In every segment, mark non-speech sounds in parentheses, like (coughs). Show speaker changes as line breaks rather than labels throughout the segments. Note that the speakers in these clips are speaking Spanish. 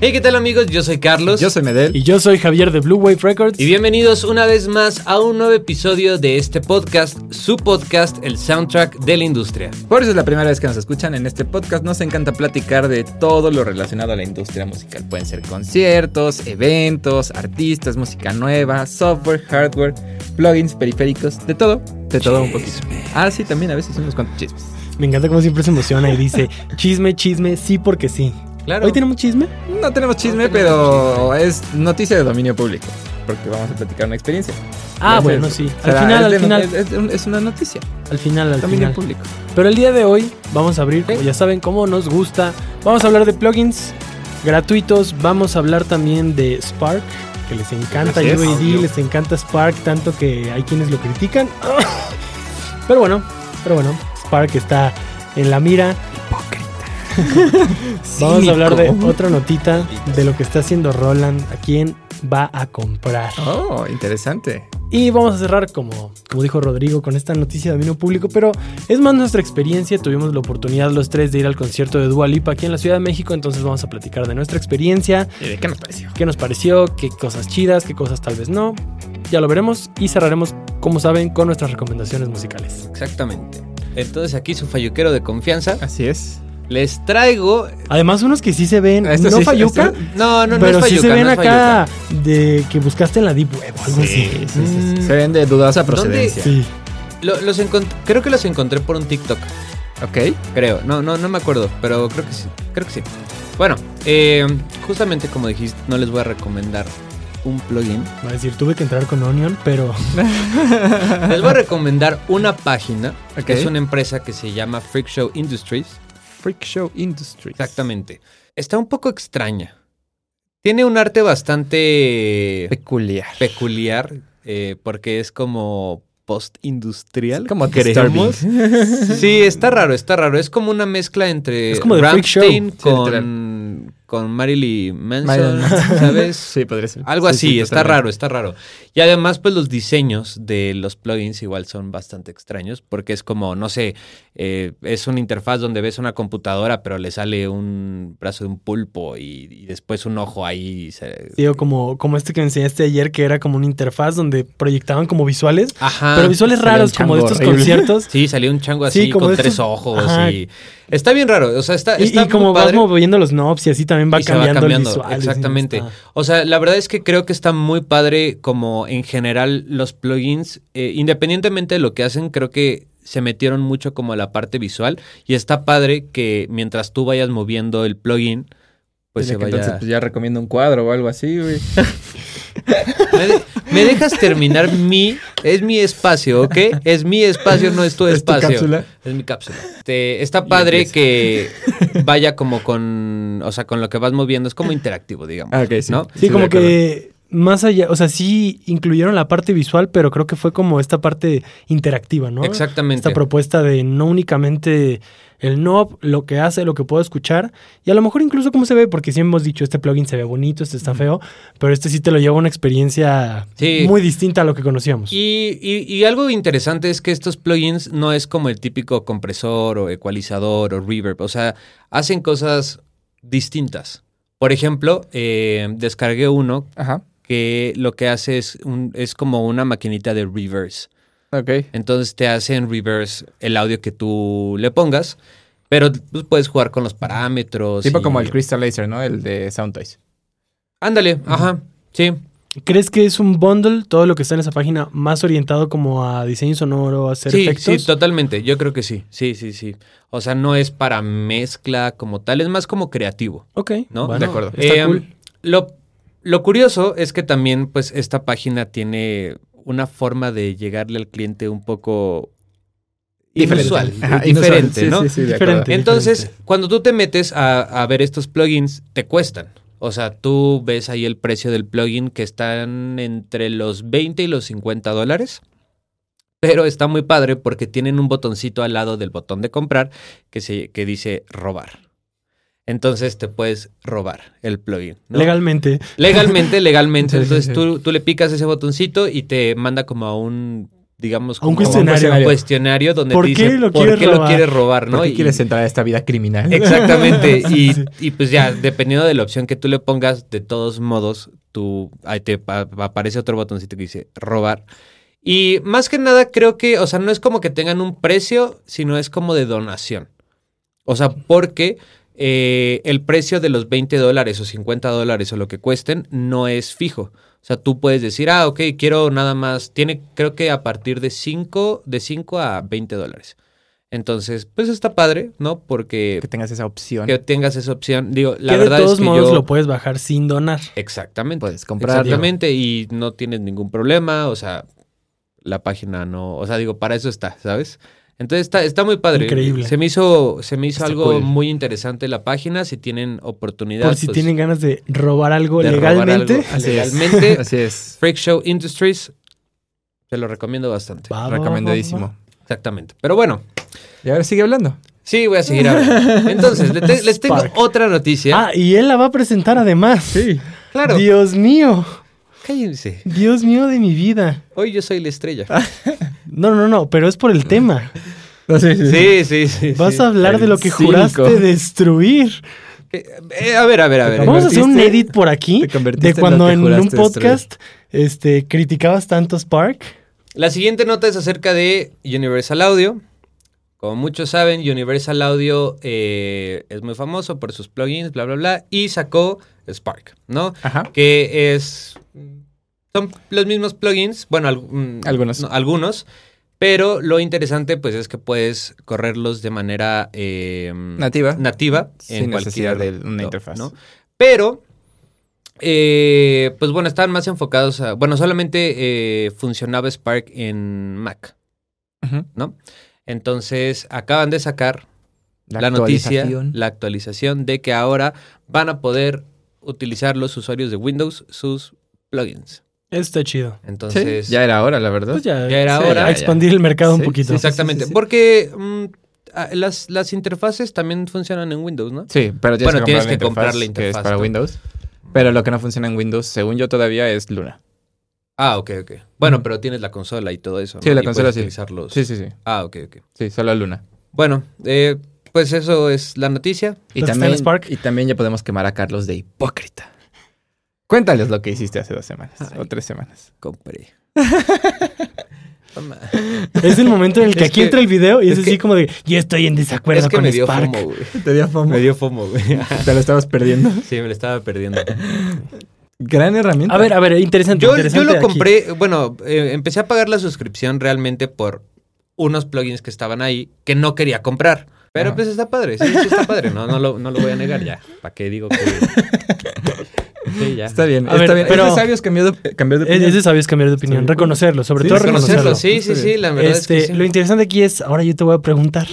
Hey, ¿qué tal amigos? Yo soy Carlos.
Yo soy Medel.
Y yo soy Javier de Blue Wave Records.
Y bienvenidos una vez más a un nuevo episodio de este podcast, su podcast, el soundtrack de la industria.
Por eso es la primera vez que nos escuchan en este podcast. Nos encanta platicar de todo lo relacionado a la industria musical. Pueden ser conciertos, eventos, artistas, música nueva, software, hardware, plugins, periféricos, de todo. De todo un poquito. Ah, sí, también a veces unos cuantos chismes.
Me encanta cómo siempre se emociona y dice chisme, chisme, sí porque sí.
Claro.
¿Hoy tenemos chisme?
No tenemos chisme,
tenemos
pero es noticia de dominio público. Porque vamos a platicar una experiencia.
Ah,
Entonces,
bueno, sí. Al
será-
final,
es
al
de-
final,
Es, es un- es una noticia.
al final, al
dominio
final.
público.
Pero el día de hoy vamos a abrir, como ya saben, como nos gusta. Vamos a hablar de plugins gratuitos. Vamos a hablar también de Spark, que les encanta
Así es,
UAD,
obvio.
les encanta Spark, tanto que hay quienes lo critican. (coughs) Pero bueno, pero bueno, Spark está en la mira. (laughs) Vamos a hablar de
Cínico.
otra notita de lo que está haciendo Roland, a quién va a comprar.
Oh, interesante.
Y vamos a cerrar, como, como dijo Rodrigo, con esta noticia de dominio público, pero es más nuestra experiencia. Tuvimos la oportunidad los tres de ir al concierto de Dua Lipa aquí en la Ciudad de México, entonces vamos a platicar de nuestra experiencia,
¿Y de qué nos pareció?
qué nos pareció, qué cosas chidas, qué cosas tal vez no. Ya lo veremos y cerraremos, como saben, con nuestras recomendaciones musicales.
Exactamente. Entonces aquí su falluquero de confianza.
Así es.
Les traigo...
Además, unos que sí se ven,
Esto
no
sí,
falluca,
esto-
No, no, no
pero
es
sí
falluca,
se ven
no es
acá de que buscaste en la Deep Web o algo
Sí, sí,
así.
sí, sí.
Mm.
Se ven de dudosa
¿Dónde-
procedencia.
Sí.
falluca. Lo- los encont- creo que los encontré por un TikTok,
(laughs) Ok.
creo. No, no, no me acuerdo, pero creo que sí. Creo que sí. Bueno, eh, justamente como dijiste, no les voy a recomendar un plugin.
Va a decir, tuve que entrar con Onion, pero
Les
(laughs)
voy a recomendar una página que
Ok.
es una empresa que se llama Freak Show Industries.
Freak Show Industries.
Exactamente. Está un poco extraña. Tiene un arte bastante
Peculiar.
peculiar eh, porque es como post-industrial.
Es como
queremos.
(laughs) disturbing.
Sí, está raro, está raro. Es como una mezcla entre
Es como de Freak Show.
Rammstein
Sí,
con, con Marilyn Manson,
Marilyn Manson.
¿sabes?
(laughs) Sí, podría ser.
Algo
Sí,
así,
sí,
está
totalmente.
raro, está raro. Y además, pues los diseños de los plugins igual son bastante extraños, porque es como, no sé, eh, es una interfaz donde ves una computadora, pero le sale un brazo de un pulpo y, y después un ojo ahí. se-
Digo, como, como este que me enseñaste ayer, que era como una interfaz donde proyectaban como visuales,
Ajá.
pero visuales
salió
raros,
un chango
como de estos
horrible.
conciertos.
(laughs) Sí, salió un chango
Sí,
así
como
con
estos-
tres ojos
ajá.
y está bien raro, o sea, está,
Y-
está
y,
muy
como vas
padre.
moviendo los knobs y así también va,
Y se
cambiando, el visual. y así,
Exactamente.
está.
O sea, la verdad es que creo que está muy padre como en general los plugins, eh, independientemente de lo que hacen, creo que se metieron mucho como a la parte visual y está padre que mientras tú vayas moviendo el plugin, pues
Dile
se
que Entonces,
vaya...
pues ya recomiendo un cuadro o algo así, güey.
(laughs) ¿Me, de- me dejas terminar mi... Es mi espacio, ¿ok? Es mi espacio, no es tu
(laughs)
este
¿Es tu
espacio.
cápsula?
Es mi cápsula. Este, está padre
empieza.
que
(laughs)
vaya como con... O sea, con lo que vas moviendo. Es como interactivo, digamos.
Ah, ok, sí.
¿No?
Sí,
de
como
acuerdo.
que más allá, o sea, sí incluyeron la parte visual, pero creo que fue como esta parte interactiva, ¿no?
Exactamente.
Esta propuesta de no únicamente el knob, lo que hace, lo que puedo escuchar, y a lo mejor incluso cómo se ve, porque sí hemos dicho, este plugin se ve bonito, este está feo, pero este sí te lo lleva a una experiencia
Sí.
muy distinta a lo que
Pues.
conocíamos.
Y, y- y algo interesante es que estos plugins no es como el típico compresor o ecualizador o reverb. O sea, hacen cosas distintas. Por ejemplo, eh, descargué uno
Ajá.
que lo que hace es, un- es como una maquinita de reverse.
Ok.
Entonces te hace en reverse el audio que tú le pongas, pero pues, puedes jugar con los parámetros.
Tipo
y-
como el Crystal Laser, ¿no? El de Sound Toys.
Ándale, ajá, sí.
¿Crees que es un bundle todo lo que está en esa página más orientado como a diseño sonoro, a hacer
Sí,
efectos?
sí, totalmente. Yo creo que sí. Sí, sí, sí. O sea, no es para mezcla como tal, es más como creativo,
ok,
¿no?
bueno,
De acuerdo.
Está
Eh,
cool.
Lo, lo curioso es que también, pues, esta página tiene una forma de llegarle al cliente un poco inusual,
Ajá, inusual.
diferente,
Sí,
¿no?
Sí, sí, de
Diferente.
acuerdo.
Entonces,
diferente.
cuando tú te metes a, a ver estos plugins, te cuestan. O sea, tú ves ahí el precio del plugin que están entre los 20 y los 50 dólares. Pero está muy padre porque tienen un botoncito al lado del botón de comprar que, se, que dice robar. Entonces te puedes robar el plugin. ¿no?
Legalmente. (laughs)
Legalmente, legalmente.
Sí, sí,
Entonces
sí.
Tú, tú le picas ese botoncito y te manda como a un digamos,
A un
como
cuestionario.
un cuestionario donde
¿Por
te
qué
dice
lo
por
quieres
qué lo
robar?
quieres robar, ¿no?
¿Por qué
Y-
quieres entrar a esta vida
(laughs)
criminal?
Exactamente.
(laughs) Sí,
y,
sí.
y pues ya, dependiendo de la opción que tú le pongas, de todos modos, tú ahí te pa- aparece otro botoncito que dice robar. Y más que nada, creo que, o sea, no es como que tengan un precio, sino es como de donación. O sea, porque eh, el precio de los 20 dólares o 50 dólares o lo que cuesten no es fijo. O sea, tú puedes decir, ah, ok, quiero nada más. Tiene, creo que a partir de 5, de 5 a 20 dólares. Entonces, pues está padre, ¿no? Porque
Que tengas esa opción.
que tengas esa opción. Digo, la
que de
verdad
todos
es que
modos
yo...
lo puedes bajar sin donar.
Exactamente.
Puedes comprarlo.
Exactamente, y no tienes ningún problema, o sea, la página no... O sea, digo, para eso está, ¿sabes? Entonces está, está muy padre.
Increíble.
Se me hizo, se me hizo
Está
algo
cool.
muy interesante la página, si tienen oportunidad...
Por si
pues,
tienen ganas de robar algo
de robar
legalmente.
algo
Así es.
legalmente,
(laughs) Así es.
Freak Show Industries, te lo recomiendo bastante.
Va, va, va, va, va.
Recomendadísimo.
Exactamente. Pero bueno,
Y ahora sigue hablando.
sí, voy a seguir
(laughs)
hablando. Entonces, le te- les tengo
Spark.
otra noticia.
Ah, y él la va a presentar además.
claro.
Dios mío,
Cállense.
Dios mío de mi vida.
Hoy yo soy la estrella.
No, no, no, pero es por el tema.
Ah, (laughs)
Sí, sí, sí.
Vas
sí.
a hablar
el
de lo que
cinco.
juraste destruir.
Eh, eh, a ver, a ver, a ver.
Vamos a hacer un
convertiste-
edit por aquí
te convertiste
de
en lo
cuando
que
en, un
juraste
podcast este, criticabas tanto Spark.
La siguiente nota es acerca de Universal Audio. Como muchos saben, Universal Audio eh, es muy famoso por sus plugins, bla, bla, bla. Y sacó Spark, ¿no?
Ajá.
Que es. Son los mismos plugins. Bueno, al- mm,
Algunos.
no, algunos. Pero lo interesante, pues, es que puedes correrlos de manera eh,
Nativa.
nativa
Sin necesidad de una interfaz.
Pero, eh, pues bueno, estaban más enfocados a. Bueno, solamente eh, funcionaba Spark en Mac,
Ujú.
¿no? Entonces, acaban de sacar la, noticia,
actualización.
la actualización de que ahora van a poder utilizar los usuarios de Windows sus plugins.
Está chido.
Sí,
Entonces,
ya era hora, la verdad.
Pues ya,
Ya era
sí,
hora.
a expandir el mercado un
Sí,
poquito.
sí, sí.
exactamente. Porque mm, ah, las, las interfaces también funcionan en Windows, ¿no?
Sí, pero tienes
Bueno,
que,
tienes
comprar, la
que comprar la
que es
interfaz,
para
¿no?
Windows. Pero lo que no funciona en Windows, según yo todavía, es Luna.
Ah, ok, ok. Bueno, pero tienes la consola y todo eso. ¿no?
Sí, la
Y
consola
puedes
sí.
utilizar los-
Sí, sí, sí.
Ah, ok, ok.
Sí, solo Luna.
Bueno, eh, pues eso es la noticia.
Y
Los que
también,
están en Spark.
y también ya podemos quemar a Carlos de hipócrita. Cuéntales lo que hiciste hace dos semanas o tres semanas.
(laughs)
Compré. Toma.
Es el momento en el
(laughs)
que
Es
aquí
que-
entra el video y es,
es
así
que-
como de, yo estoy en desacuerdo
es que
con
me dio
Spark.
fomo,
(laughs)
güey.
Te dio fama.
Me dio fomo, güey.
(laughs) Te lo estabas perdiendo.
Sí, me lo estaba perdiendo.
Gran herramienta.
A ver, a ver, interesante.
Yo, yo
interesante
lo
aquí.
compré, bueno, eh, empecé a pagar la suscripción realmente por unos plugins que estaban ahí que no quería comprar. Pero
Ah.
Ajá.
pues está padre, sí, sí está padre. No, no, lo, no lo voy a negar ya. ¿Para qué
(laughs)
digo que...? Sí, ya.
Está bien,
A
está
ver,
bien.
pero-
es de sabios cambiar de, cambiar de
Es,
opinión.
es de sabios cambiar de opinión,
Sí.
reconocerlo, sobre
Sí,
todo reconocerlo.
Reconocerlo, sí, sí, sí, la verdad
Este,
es que sí.
Lo interesante aquí es, ahora yo te voy a preguntar.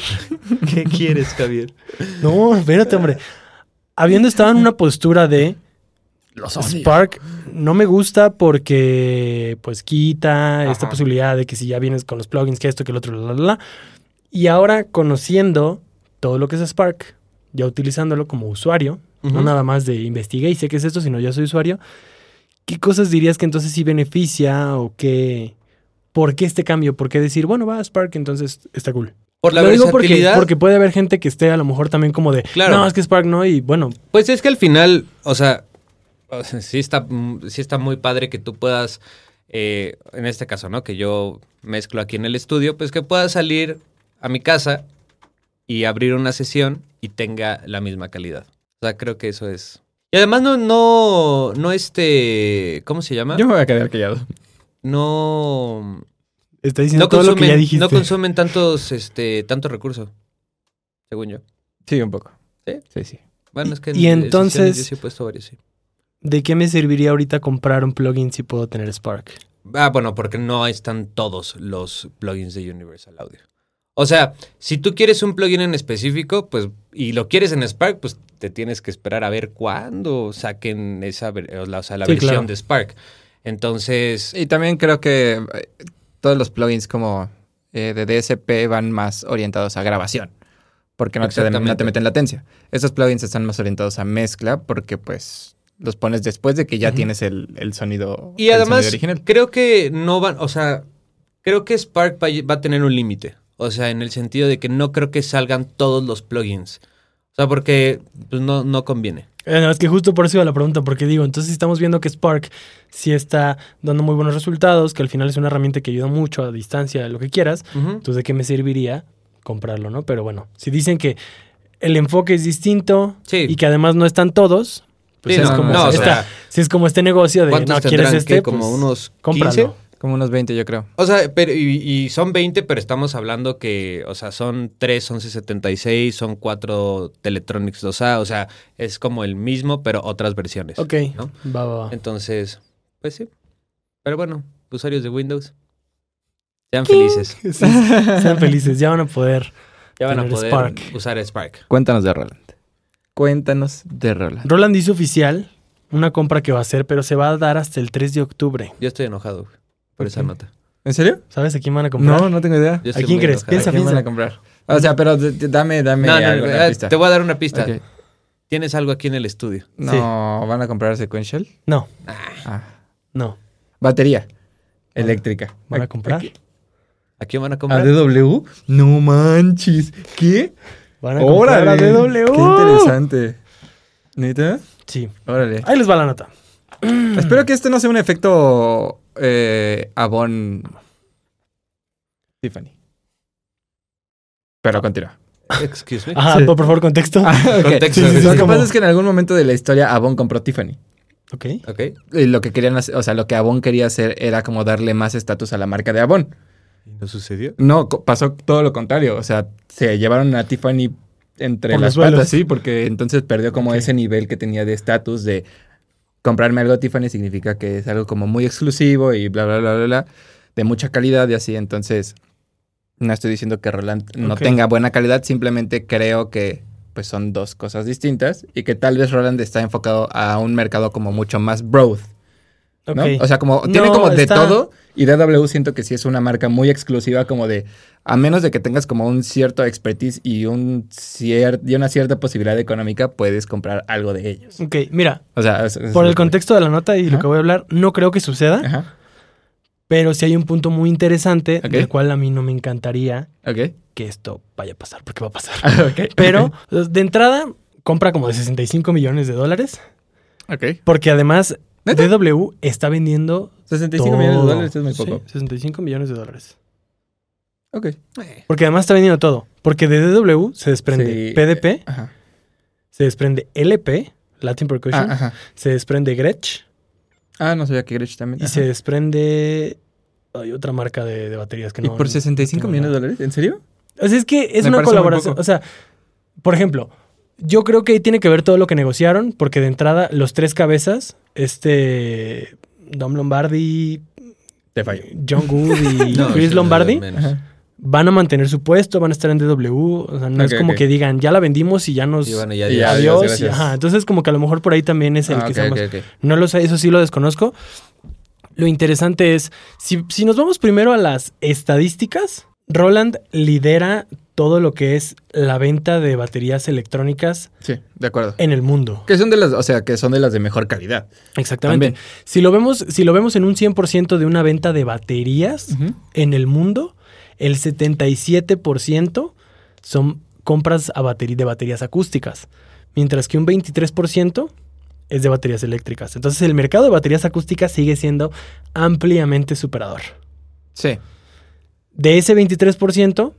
¿Qué quieres, Javier?
No, espérate, hombre. Habiendo estado en una postura de
Los odio.
Spark, no me gusta porque pues quita esta
Ajá.
posibilidad de que si ya vienes con los plugins, que esto, que el otro, la, la, la. Y ahora conociendo todo lo que es Spark, ya utilizándolo como usuario, no
Ujú.
nada más de investigué y sé qué es esto, sino ya soy usuario, ¿qué cosas dirías que entonces sí beneficia o qué? ¿Por qué este cambio? ¿Por qué decir, bueno, va a Spark, entonces está cool?
Por la
lo digo porque,
versatilidad...
porque puede haber gente que esté a lo mejor también como de,
Claro.
no, es que Spark no, y bueno,
Pues es que al final, o sea, o sea, sí está, mm, sí está muy padre que tú puedas, eh, en este caso, ¿no? Que yo mezclo aquí en el estudio, pues que puedas salir a mi casa y abrir una sesión y tenga la misma calidad. O sea, creo que eso es. Y además no, no, no este, ¿cómo se llama?
Yo me voy a quedar callado.
No,
está diciendo
no
todo lo que ya
consumen,
dijiste.
no consumen tantos, este, tanto recurso, según yo.
Sí, un poco.
¿Sí?
Sí, sí.
Bueno, es que
Y
en mis sesiones
entonces-
yo sí he puesto varios, sí.
¿De qué me serviría ahorita comprar un plugin si puedo tener Spark?
Ah, bueno, porque no están todos los plugins de Universal Audio. O sea, si tú quieres un plugin en específico, pues, y lo quieres en Spark, pues te tienes que esperar a ver cuándo saquen esa, ver- o la, o sea, la
Sí,
versión
claro.
de Spark. Entonces,
Y también creo que eh, todos los plugins como eh, de DSP van más orientados a grabación, porque no te,
Exactamente.
no te meten latencia. Estos plugins están más orientados a mezcla porque pues los pones después de que ya
Ujú.
tienes el, el sonido,
y
el
además,
sonido original.
creo que no van, o sea, Creo que Spark va va a tener un límite. O sea, en el sentido de que no creo que salgan todos los plugins. O sea, porque pues, no, no conviene.
Eh, no, es que justo por eso iba la pregunta, porque digo, entonces estamos viendo que Spark sí está dando muy buenos resultados, que al final es una herramienta que ayuda mucho a distancia, lo que quieras.
Ujú.
Entonces, ¿de qué me serviría comprarlo, no? Pero bueno, si dicen que el enfoque es distinto
Sí.
y que además no están todos, pues
Sí,
es
no,
como
no, o
esta-
sea,
si es como este negocio de
¿Cuántos
no quieres
tendrán?
este,
¿Qué? como
pues,
unos 15?
cómpralo.
Como unos 20, yo creo.
O sea, pero, y, y son 20, pero estamos hablando que, o sea, son 3 1176, son 4 Teletronics 2A, o sea, es como el mismo, pero otras versiones.
Ok,
¿no?
va, va, va.
Entonces, pues sí. Pero bueno, usuarios de Windows, sean felices.
Sí, (laughs) sean felices, ya van a poder.
Ya van a
Tener
poder
Spark.
usar Spark.
Cuéntanos de Roland. Cuéntanos de Roland.
Roland hizo oficial una compra que va a hacer, pero se va a dar hasta el 3 de octubre.
Yo estoy enojado güey, por esa
Ok.
nota.
¿En serio?
¿Sabes a quién van a comprar?
No, no tengo idea.
Yo
¿A
estoy
quién
muy
crees?
enojado.
Piensa,
¿A quién van
piensa.
a comprar? O sea, pero d- d- dame, dame
No, no,
alguna
eh,
pista.
te voy a dar una pista.
Ok.
Tienes algo aquí en el estudio.
No,
Sí.
¿van a comprar Sequential?
No,
Ah.
no.
Batería. Eléctrica.
Ah, ¿Van a
Aquí-
comprar?
aquí-
¿A quién van a comprar?
¿A DW? No manches. ¿Qué?
Van a comprar
Órale.
a DW.
Qué interesante. ¿Neta?
Sí.
Órale.
Ahí les va la nota.
Espero que este no sea un efecto eh, Avon Tiffany.
Ah.
Pero
(laughs)
continúa.
Excuse me.
Ajá,
Sí.
por por favor, contexto.
Ah, (laughs) ok.
Contexto.
Sí, sí, sí.
Sí,
Lo que
como-
pasa es que en algún momento de la historia Avon compró Tiffany.
Ok.
Ok.
Y lo que querían hacer, o sea, lo que Avon quería hacer era como darle más estatus a la marca de Avon.
¿Y no sucedió?
No, co- pasó todo lo contrario. O sea, se llevaron a Tiffany entre
Por
las
los suelos.
patas, sí, porque entonces perdió como
Ok.
ese nivel que tenía de estatus de comprarme algo Tiffany significa que es algo como muy exclusivo y bla, bla, bla, bla, bla, de mucha calidad y así. Entonces, no estoy diciendo que Roland no
Ok.
tenga buena calidad, simplemente creo que pues son dos cosas distintas y que tal vez Roland está enfocado a un mercado como mucho más broad.
Ok.
¿no? O sea, como
No,
tiene como de
está-
todo y DW siento que sí es una marca muy exclusiva como de a menos de que tengas como un cierto expertise y un cier- y una cierta posibilidad económica puedes comprar algo de ellos.
Ok, mira,
O sea, es- es-
por el contexto de la nota y lo
Ajá.
que voy a hablar, no creo que suceda,
Ajá.
pero sí hay un punto muy interesante
Ok.
del cual a mí no me encantaría
Ok.
que esto vaya a pasar, porque va a pasar.
(laughs) ok.
Pero de entrada, compra como de 65 millones de dólares,
(laughs) Ok.
porque además
¿Neta?
DW está vendiendo
65
todo.
millones de dólares es muy
Sí,
poco.
65 millones de dólares.
Ok.
Porque además está vendiendo todo, porque de DW se desprende
Sí, eh,
PDP,
Ajá.
se desprende LP, Latin
Ah,
Percussion,
ajá.
se desprende Gretsch,
Ah, no sabía que Gretsch también.
Y
ajá.
se desprende. Hay otra marca de, de baterías que
¿Y
no.
por 65
tengo
millones de
nada.
dólares? ¿En serio?
O sea, es que es
Me parece
una
muy
colaboración.
poco.
O sea, por ejemplo, yo creo que ahí tiene que ver todo lo que negociaron, porque de entrada, los tres cabezas, este. Dom Lombardi,
Te fallo.
John Good
(laughs)
y
No,
Chris
sí,
Lombardi,
menos.
Ajá.
van a mantener su puesto, van a estar en DW. O sea, no
Ok,
es como
ok.
que digan, ya la vendimos y ya nos.
Y bueno, ya,
Y
ya.
ya.
adiós.
adiós,
Pues, y-
gracias.
ajá, entonces, como que a lo mejor por ahí también es el
Ah,
que
ok,
sea más
ok, ok.
No lo sé, eso sí lo desconozco. Lo interesante es, si, si nos vamos primero a las estadísticas, Roland lidera todo lo que es la venta de baterías electrónicas
Sí, de acuerdo.
en el mundo.
Que son de las, o sea, que son de las de mejor calidad.
Exactamente. Si lo, vemos, si lo vemos en un 100% de una venta de baterías
Ujú.
en el mundo, el 77% son compras a bateri- de baterías acústicas, mientras que un 23% es de baterías eléctricas. Entonces el mercado de baterías acústicas sigue siendo ampliamente superador.
Sí.
De ese 23%,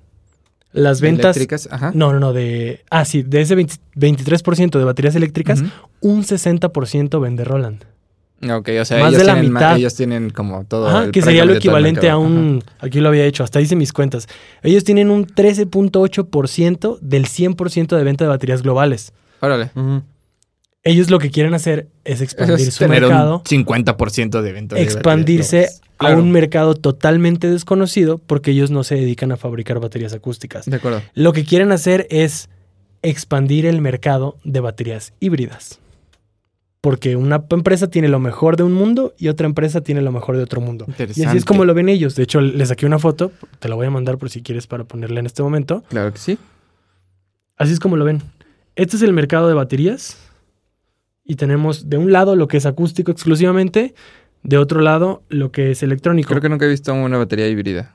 las ventas...
Eléctricas, ajá.
No, no, no, de... Ah, sí, de ese 20 23% de baterías eléctricas,
Ujú.
un 60% vende Roland.
Ok, o sea,
Más
ellos,
de la
tienen ma-
mitad.
ellos tienen como todo.
Ajá,
el
que sería lo
prácticamente todo el
equivalente
mercado.
a un. Aquí lo había hecho, hasta hice mis cuentas. Ellos tienen un 13.8% del 100% de venta de baterías globales.
Ajá. Órale.
Ujú.
Ellos lo que quieren hacer es
Eso
expandir
es
su
tener
mercado,
un 50% de venta. de
expandirse
baterías.
a un mercado totalmente desconocido porque ellos no se dedican a fabricar baterías acústicas.
De acuerdo.
Lo que quieren hacer es expandir el mercado de baterías híbridas. Porque una p- empresa tiene lo mejor de un mundo y otra empresa tiene lo mejor de otro mundo. Y así es
Interesante.
como lo ven ellos. De hecho, les saqué una foto, te la voy a mandar por si quieres para ponerla en este momento.
Claro que sí.
Así es como lo ven. Este es el mercado de baterías. Y tenemos de un lado lo que es acústico exclusivamente, de otro lado lo que es electrónico.
Creo que nunca he visto una batería híbrida.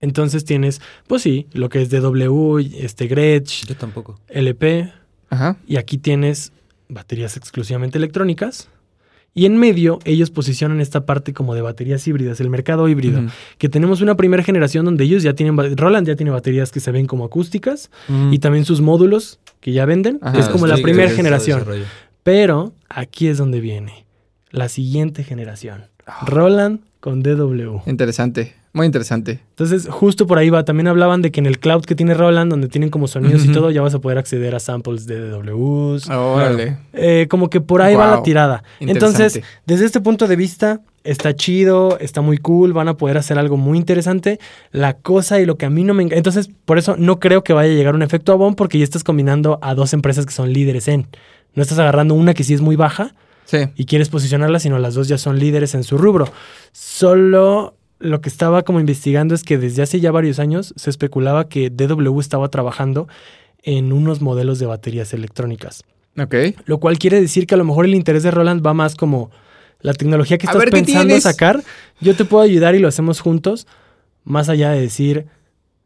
Entonces tienes, pues sí, lo que es DW, este Gretsch,
Yo tampoco.
LP,
Ajá.
y aquí tienes baterías exclusivamente electrónicas. Y en medio ellos posicionan esta parte como de baterías híbridas, el mercado híbrido,
Ujú.
que tenemos una primera generación donde ellos ya tienen, ba- Roland ya tiene baterías que se ven como acústicas y también sus módulos que ya venden,
Ajá,
es como
los
la
triggers,
primera
todo
generación. Pero aquí es donde viene la siguiente generación,
Ah.
Roland con DW.
Interesante, muy interesante.
Entonces, justo por ahí va. También hablaban de que en el cloud que tiene Roland, donde tienen como sonidos y
Ujú.
todo, ya vas a poder acceder a samples de DWs.
Órale.
Eh, como que por ahí va
Wow.
la tirada. Entonces,
Interesante.
desde este punto de vista, está chido, está muy cool, van a poder hacer algo muy interesante. La cosa y lo que a mí no me encanta. Entonces, por eso no creo que vaya a llegar un efecto Avon, porque ya estás combinando a dos empresas que son líderes en. No estás agarrando una que sí es muy baja
Sí.
y quieres posicionarla, sino las dos ya son líderes en su rubro. Solo lo que estaba como investigando es que desde hace ya varios años se especulaba que DW estaba trabajando en unos modelos de baterías electrónicas.
Ok.
Lo cual quiere decir que a lo mejor el interés de Roland va más como la tecnología que
A
estás
ver, ¿qué
pensando
tienes?
sacar, yo te puedo ayudar y lo hacemos juntos, más allá de decir,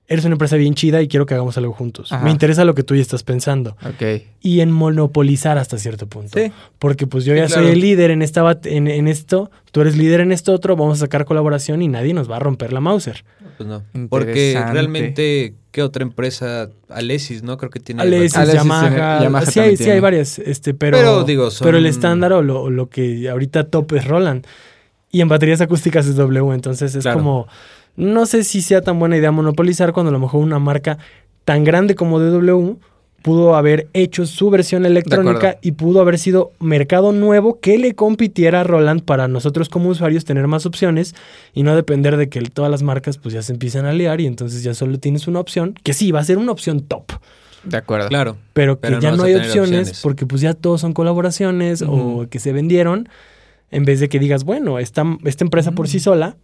eres una empresa bien chida y quiero que hagamos algo juntos.
Ajá.
Me interesa lo que tú ya estás pensando.
Ok.
Y en monopolizar hasta cierto punto.
Sí.
Porque pues yo
Sí,
ya
claro.
soy el líder en, esta, bat- en, en esto, tú eres líder en esto otro, vamos a sacar colaboración y nadie nos va a romper la Mauser.
Pues no.
Interesante.
Porque realmente, ¿qué otra empresa? Alesis, ¿no? Creo que tiene.
Alesis,
Alesis,
Yamaha,
sí, Yamaha
sí, hay,
también
sí
tiene.
hay varias, este, pero,
Pero, digo, son-
pero el estándar o lo, o lo que ahorita top es Roland. Y en baterías acústicas es W, entonces es
Claro.
como, no sé si sea tan buena idea monopolizar cuando a lo mejor una marca tan grande como DW pudo haber hecho su versión electrónica
acuerdo.
y pudo haber sido mercado nuevo que le compitiera a Roland para nosotros como usuarios tener más opciones y no depender de que el- todas las marcas pues ya se empiezan a liar y entonces ya solo tienes una opción que sí va a ser una opción top
De acuerdo.
Claro.
pero que
Pero
ya
no
no,
vas a
hay
tener
opciones,
opciones.
porque pues ya todos son colaboraciones o que se vendieron, en vez de que digas, bueno, esta, esta empresa por sí sola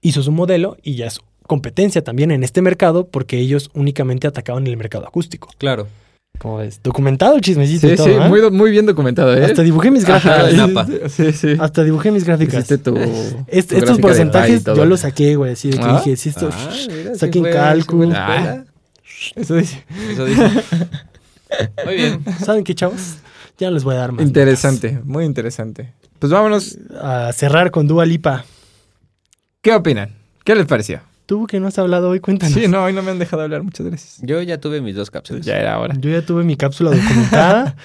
hizo su modelo y ya es competencia también en este mercado porque ellos únicamente atacaban el mercado acústico.
Claro.
Como ves, documentado el chismecito y
Sí,
todo,
sí,
¿eh?
muy, do- muy bien documentado, ¿eh?
Hasta dibujé mis
Ajá,
Ajá,
gráficas.
el napa.
Sí, sí.
Hasta dibujé mis gráficas.
Hiciste tu,
Est-
tu gráfica
estos
de detalle y
porcentajes
todo.
yo los saqué, güey, así de que
Ah.
dije, si esto...
Ah, mira, sí
saquen
fue-
cálculo.
sí fue la escuela.
(laughs)
Eso dice.
Eso dice. Muy bien.
¿Saben qué, chavos? Ya no les voy a dar más.
Interesante, muy interesante. Pues vámonos.
A cerrar con Dua Lipa.
¿Qué opinan? ¿Qué les pareció?
Tú que no has hablado hoy, cuéntanos.
Sí, no, hoy no me han dejado hablar. Muchas gracias.
Yo ya tuve mis dos cápsulas.
Ya era hora.
Yo ya tuve mi
(laughs)
cápsula documentada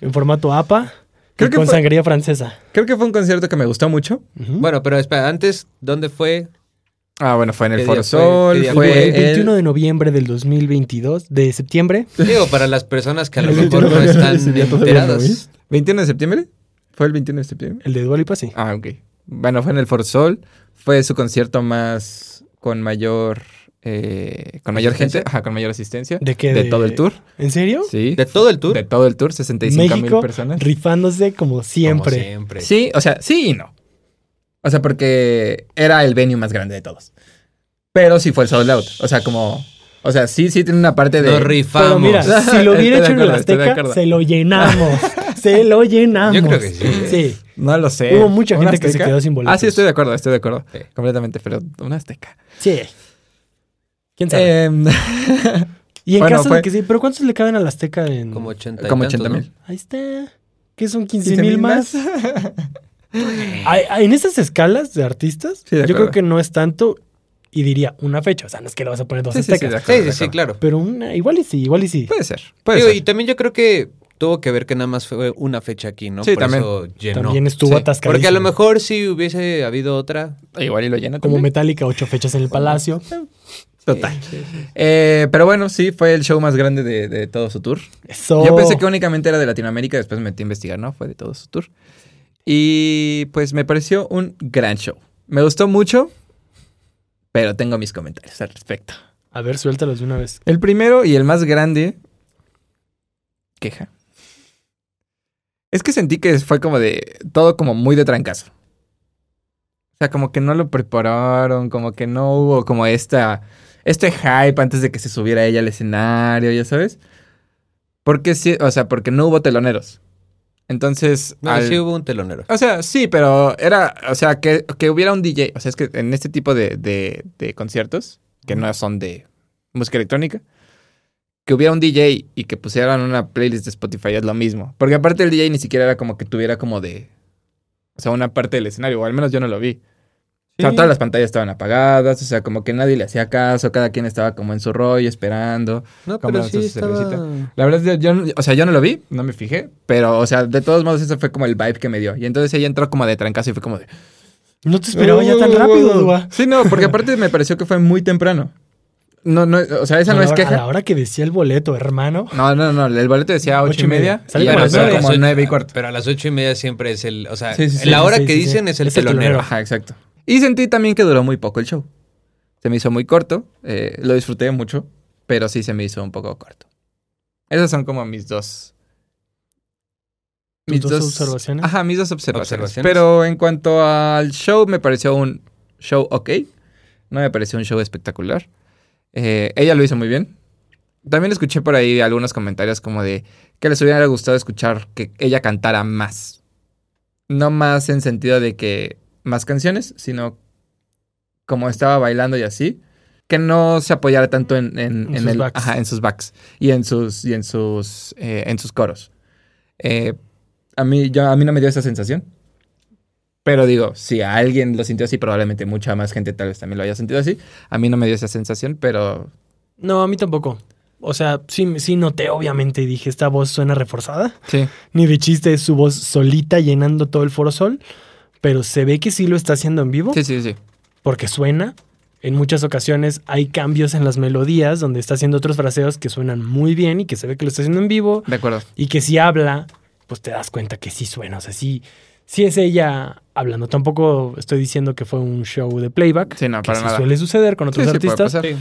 en formato APA
Creo
y
que
con
fue-
sangría francesa.
Creo que fue un concierto que me gustó mucho.
Ujú.
Bueno, pero espera, antes, ¿dónde fue?
Ah, bueno, fue en
¿Qué día
el Foro
fue? ¿Qué
Sol,
día
fue
fue?
el
el-
21 de noviembre del 2022, de septiembre,
Digo, para las personas que a lo
(laughs) Sí,
mejor no
todavía-
están
sí, ya todavía no
enteradas.
es.
21 de septiembre. ¿Fue el 21 de septiembre?
el de Dualipa sí.
Ah, ok. Bueno, fue en el Forzol. Fue su concierto más con mayor eh, con mayor gente,
¿Asistencia?
ajá, con mayor asistencia
¿De qué? De-
todo el tour.
¿En serio?
Sí.
¿De todo el tour?
De todo el tour, 65 mil
México
personas.
rifándose como
Como
siempre.
siempre.
Sí, o sea, sí y no. O sea, porque era el venue más grande de todos. Pero sí fue el sold out. O sea, como. O sea, sí, sí tiene una parte de.
Nos rifamos.
Pero mira, si lo
(laughs) Estoy
hubiera
de
hecho en el
acuerdo, estoy de
Azteca,
acuerdo.
se lo
(laughs)
llenamos. se lo llenamos.
Yo creo que sí.
Sí.
No lo sé.
Hubo mucha
¿Una
gente que se
azteca?
quedó sin boletos.
Ah, sí, estoy de acuerdo, estoy de acuerdo.
Sí.
Completamente, pero una azteca.
Sí. ¿Quién sabe?
Em, (laughs)
y en
bueno,
caso
fue-
de que sí, ¿pero cuántos le caben al Azteca en...?
Como 80 y
como
tantos,
80
¿no?
mil.
Ahí está. Que son 15 mil más. Ay, ay, en esas escalas de artistas,
Sí, de
yo
acuerdo.
creo que no es tanto y diría una fecha. O sea, no es que le vas a poner dos
Sí, sí, sí,
aztecas.
de acuerdo,
Sí,
de
sí, sí,
acuerdo. Pues,
claro.
Pero una, igual y sí, igual y sí.
Puede ser, puede
Digo,
ser.
y también yo creo que tuvo que ver que nada más fue una fecha aquí, ¿no?
Sí,
Por
también.
eso llenó.
También estuvo
sí.
atascadísimo.
Porque a lo mejor si hubiese habido otra.
Igual y lo llena
Como
también.
Metallica, ocho fechas en el Palacio.
Total. Eh, pero bueno, sí, fue el show más grande de, de todo su tour.
Eso.
Yo pensé que únicamente era de Latinoamérica, después me metí a investigar, ¿no? Fue de todo su tour. Y pues me pareció un gran show. Me gustó mucho, pero tengo mis comentarios al respecto.
A ver, suéltalos de una vez.
El primero y el más grande. Queja. Es que sentí que fue como de. Todo como muy de trancazo. O sea, como que no lo prepararon, como que no hubo como esta. Este hype antes de que se subiera ella al escenario, ya sabes. Porque sí, o sea, porque no hubo teloneros. Entonces.
No,
al-
sí hubo un telonero.
o sea, sí, pero era, o sea, que, que hubiera un DJ. O sea, es que en este tipo de, de- de conciertos, que no son de música electrónica, que hubiera un DJ y que pusieran una playlist de Spotify es lo mismo. Porque aparte el DJ ni siquiera era como que tuviera como de... O sea, una parte del escenario, o al menos yo no lo vi. O sea,
Sí.
todas las pantallas estaban apagadas, o sea, como que nadie le hacía caso, cada quien estaba como en su rollo, esperando.
No,
Como
pero
la
sí
su
estaba...
cervecita. La verdad, es que yo, no- o sea, yo no lo vi, no me fijé, pero, o sea, de todos modos, eso fue como el vibe que me dio. Y entonces ella entró como de trancazo y fue como de...
No te esperaba ya tan rápido, Dua.
Sí, no, porque aparte me pareció que fue muy temprano. No, no, o sea, esa
A
no
la
es
hora- A la
queja.
hora que decía el boleto, hermano.
No, no, no, el boleto decía ocho, y media.
Sale
y
a
como
era
a
las nueve.
como
Ocho-
nueve y cuarto.
Pero a las ocho y media siempre es el... O sea,
Sí, sí, sí.
la hora
Sí,
que
sí, sí.
dicen es el
Es el
telonero.
telonero.
Ajá, exacto. Y sentí también que duró muy poco el show. Se me hizo muy corto, eh, lo disfruté mucho, pero sí se me hizo un poco corto. Esas son como mis dos...
¿Tus dos observaciones?
Ajá, mis dos observaciones.
Observaciones.
Pero en cuanto al show, me pareció un show ok. No me pareció un show espectacular. Eh, ella lo hizo muy bien. También escuché por ahí algunos comentarios como de que les hubiera gustado escuchar que ella cantara más. No más en sentido de que más canciones, sino como estaba bailando y así, que no se apoyara tanto en, en-
En
en
sus
el-
backs.
ajá, en sus backs y en sus, y en sus, eh, en sus coros. Eh, a, mí, yo- a mí no me dio esa sensación. Pero digo, si a alguien lo sintió así, probablemente mucha más gente tal vez también lo haya sentido así. A mí no me dio esa sensación, pero
No, a mí tampoco. O sea, sí, sí noté, obviamente, y dije, esta voz suena reforzada.
sí.
Ni de chiste es su voz solita llenando todo el foro sol. Pero se ve que sí lo está haciendo en vivo.
Sí, sí, sí.
porque suena. En muchas ocasiones hay cambios en las melodías donde está haciendo otros fraseos que suenan muy bien y que se ve que lo está haciendo en vivo
De acuerdo.
y que si habla, pues te das cuenta que sí suena. O sea, sí, sí es ella hablando. Tampoco estoy diciendo que fue un show de playback.
Sí, no,
que
para
sí
nada.
suele suceder con
Sí,
otros
sí, puede
artistas.
pasar.
Sí.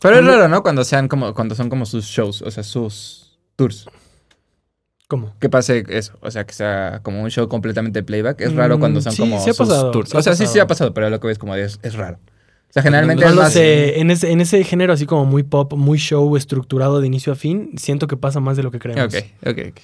Pero es
Cuando-
raro, ¿no? Cuando sean como, cuando son como sus shows, o sea, sus tours.
¿Cómo?
Que pase eso, o sea, que sea como un show completamente playback. Es raro
Mm,
cuando son
sí,
como
sí ha
sus
pasado,
tours.
sí ha
o sea, sí, sí
pasado.
ha pasado, pero lo que ves como de es, es raro. O sea, generalmente
No
es
lo
más-
sé. En ese, en ese género así como muy pop, muy show estructurado de inicio a fin, siento que pasa más de lo que creemos.
Ok, ok, ok.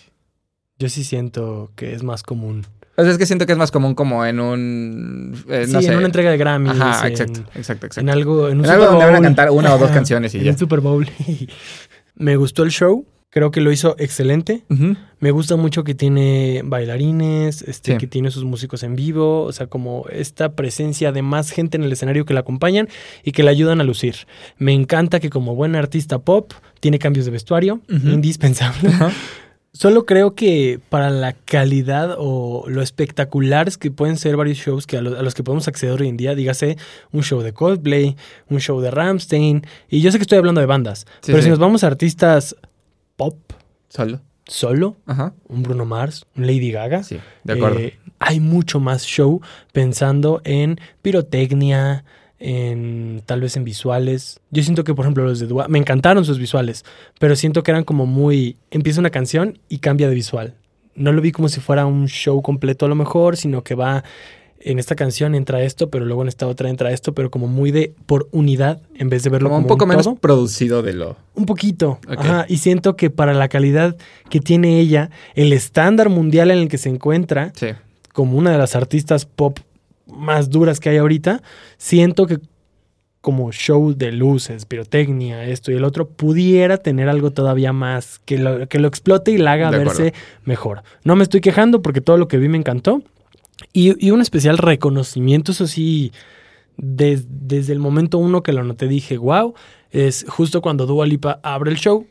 Yo sí siento que es más común.
O sea, es que siento que es más común como en un... eh, no
sí,
sé.
en una entrega de Grammy.
Ajá, exacto, exacto,
En
exacto.
algo, en un
En algo
Super
donde van a
Bowl.
cantar una o dos canciones y
en
ya.
el Super Bowl. (laughs) me gustó el show, creo que lo hizo excelente.
Ujú.
Me gusta mucho que tiene bailarines, este,
Sí.
que tiene sus músicos en vivo, o sea, como esta presencia de más gente en el escenario que la acompañan y que la ayudan a lucir. Me encanta que como buen artista pop tiene cambios de vestuario,
Ujú.
indispensable.
Ajá.
Solo creo que para la calidad o lo espectaculares que pueden ser varios shows que a, lo- a los que podemos acceder hoy en día, dígase un show de Coldplay, un show de Ramstein, y yo sé que estoy hablando de bandas,
Sí,
pero
sí.
si nos vamos a artistas pop
Solo.
solo,
Ajá.
un Bruno Mars, un Lady Gaga,
Sí, de acuerdo.
Ah, eh, hay mucho más show pensando en pirotecnia, en tal vez en visuales. Yo siento que, por ejemplo, los de Dua, me encantaron sus visuales, pero siento que eran como muy. Empieza una canción y cambia de visual. No lo vi como si fuera un show completo a lo mejor, sino que va en esta canción entra esto, pero luego en esta otra entra esto, pero como muy de por unidad en vez de verlo
como
como,
un poco menos
todo.
producido de lo...
Un poquito.
Ok.
Ajá, y siento que para la calidad que tiene ella, el estándar mundial en el que se encuentra,
Sí.
como una de las artistas pop más duras que hay ahorita, siento que como show de luces, pirotecnia, esto y el otro, pudiera tener algo todavía más que lo, que lo explote y la haga
De
verse
acuerdo.
mejor. No me estoy quejando porque todo lo que vi me encantó. Y, y un especial reconocimiento, eso sí, des- desde el momento uno que lo noté dije, wow, es justo cuando Dua Lipa abre el show,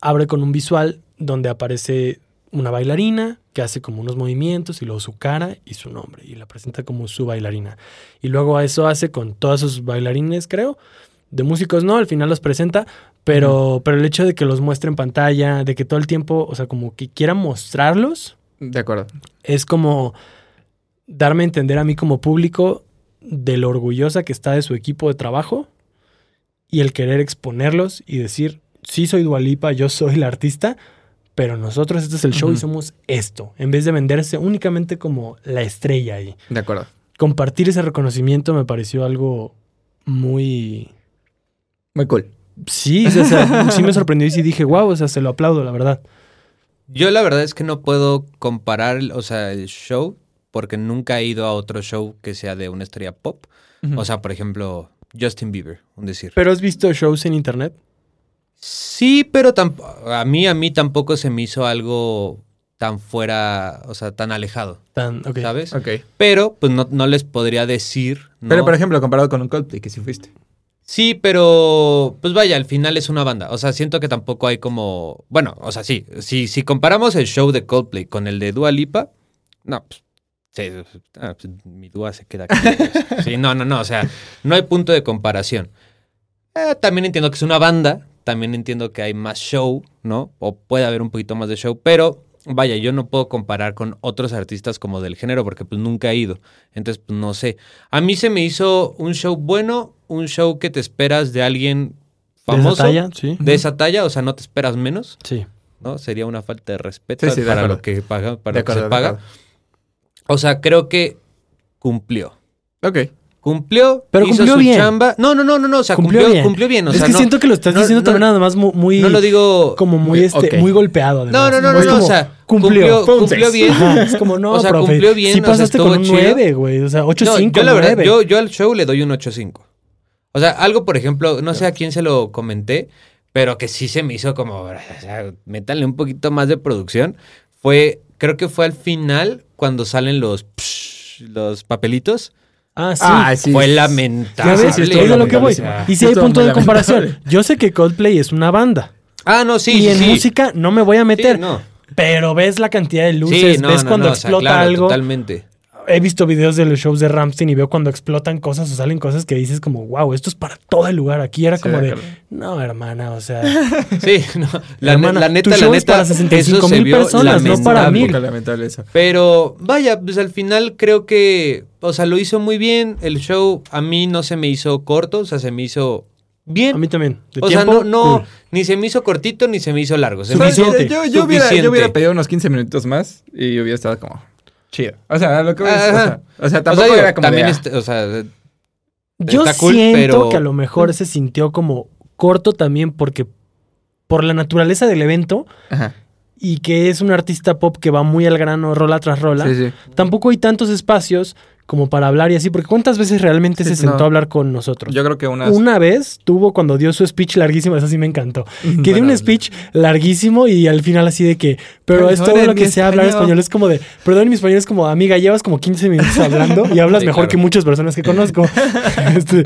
abre con un visual donde aparece una bailarina que hace como unos movimientos y luego su cara y su nombre y la presenta como su bailarina. Y luego eso hace con todos sus bailarines, creo. De músicos no, al final los presenta, pero, pero el hecho de que los muestre en pantalla, de que todo el tiempo, o sea, como que quiera mostrarlos,
De acuerdo.
es como darme a entender a mí como público de lo orgullosa que está de su equipo de trabajo y el querer exponerlos y decir, sí soy Dualipa, yo soy la artista, pero nosotros este es el show y
Ujú.
somos esto, en vez de venderse únicamente como la estrella ahí.
De acuerdo.
Compartir ese reconocimiento me pareció algo muy...
Muy cool.
Sí, o sea, sí me sorprendió y sí dije, wow, o sea, se lo aplaudo, la verdad.
Yo la verdad es que no puedo comparar, o sea, el
Mm.
show, porque nunca he ido a otro show que sea de una estrella pop. O sea, por ejemplo, Justin Bieber, un decir.
¿Pero has visto shows en internet?
Sí, pero tamp- a mí, a mí tampoco se me hizo algo tan fuera, o sea, tan alejado,
Tan, ok.
¿sabes?
Ok.
Pero, pues no, no les podría decir. ¿no?
Pero, por ejemplo, comparado con un Coldplay, que sí fuiste.
Sí, pero pues vaya, al final es una banda. O sea, siento que tampoco hay como. Bueno, o sea, sí. Si, si comparamos el show de Coldplay con el de Dua Lipa, no, pues. sí, ah, pues, mi Dua se queda aquí.
(laughs)
Sí, no, no, no. O sea, no hay punto de comparación. Eh, también entiendo que es una banda. También entiendo que hay más show, ¿no? O puede haber un poquito más de show, pero. Vaya, yo no puedo comparar con otros artistas como del género porque pues nunca he ido. Entonces, pues no sé. A mí se me hizo un show bueno, un show que te esperas de alguien famoso.
¿De esa talla? Sí.
de esa talla, o sea, no te esperas menos,
Sí.
¿no? Sería una falta de respeto
Sí, sí, de
para
acuerdo.
lo que paga, para
De
lo que
acuerdo, de
se paga.
acuerdo.
O sea, creo que cumplió.
Ok.
Cumplió,
Pero
hizo
cumplió
su
bien.
chamba. No, no, no, no, no, o sea,
Cumplió
cumplió, cumplió
bien.
bien. o
es
sea,
que
no-
siento que lo estás
no-
diciendo
no-
también nada más mu- muy...
No lo digo
Como
Muy-
muy, este,
ok.
muy golpeado,
No,
además.
no, no, no,
Es
no,
como,
o sea,
cumplió.
cumplió, cumplió,
Fue un seis.
bien.
Ajá, es como, no,
(laughs) O sea,
profe,
cumplió bien,
Sí
o sea,
pasaste
estuvo
con un
chido.
9, güey. O sea, 8-5,
No, yo la verdad,
9.
yo, yo al show le doy un 8.5. O sea, algo, por ejemplo, no sé a quién se lo comenté, pero que sí se me hizo como, o sea, métanle un poquito más de producción. Fue, creo que fue al final cuando salen los, psh, los papelitos.
Ah, sí.
Ah, sí.
Fue
ya
lamentable.
ves,
sí,
es
estuvo
a lo que voy.
lamentable.
Y si hay
Estuvo
punto
muy
de
(laughs)
comparación.
lamentable.
Yo sé que Coldplay es una banda.
Ah, no, sí,
y
sí,
en
sí.
música no me voy a
Sí,
meter.
no.
Pero ves la cantidad de luces,
Sí, no,
ves
no,
cuando
no, o sea,
explota
claro,
algo.
Totalmente.
He visto videos de los shows de Ramstein y veo cuando explotan cosas o salen cosas que dices como, wow, esto es para todo el lugar. Aquí era
Sí,
como
de
de,
acuerdo.
no, hermana, o sea,
(laughs) Sí, no. La,
Hermana,
la
tu
neta, la
show es
neta.
para 65
eso se
mil
vio
personas, no para
lamentable.
mil.
Qué lamentable eso.
Pero vaya, pues al final creo que, o sea, lo hizo muy bien. El show a mí no se me hizo corto, o sea, se me hizo
a
bien.
mí también. De
o
tiempo,
sea, no, no
cool.
ni se me hizo cortito ni se me hizo largo. Se me hizo-
Suficiente.
Yo, yo, yo hubiera, yo
Suficiente.
hubiera pedido unos 15 minutitos más y hubiera estado como chido. O sea, lo que voy a
Ajá.
decir. O sea,
o sea,
tampoco
digo,
era como.
también
de, ah,
este- o sea,
Yo
Está cool,
siento
pero-
que a lo mejor se sintió como corto también porque por la naturaleza del evento
ajá.
y que es un artista pop que va muy al grano, rola tras rola,
Sí, sí.
tampoco hay tantos espacios como para hablar y así, porque ¿cuántas veces realmente
Sí,
se sentó
no.
a hablar con nosotros?
Yo creo que unas. (laughs)
Una vez tuvo cuando dio su speech larguísimo, eso sí me encantó. Que dio un
Bueno,
speech larguísimo y al final así de que, pero es todo
Perdonen
lo que
mi
sea hablar
español.
español, es como de, perdón, mi español es como, amiga, llevas como 15 minutos hablando y hablas
Sí,
mejor
claro.
que muchas personas
(laughs)
que conozco. Este,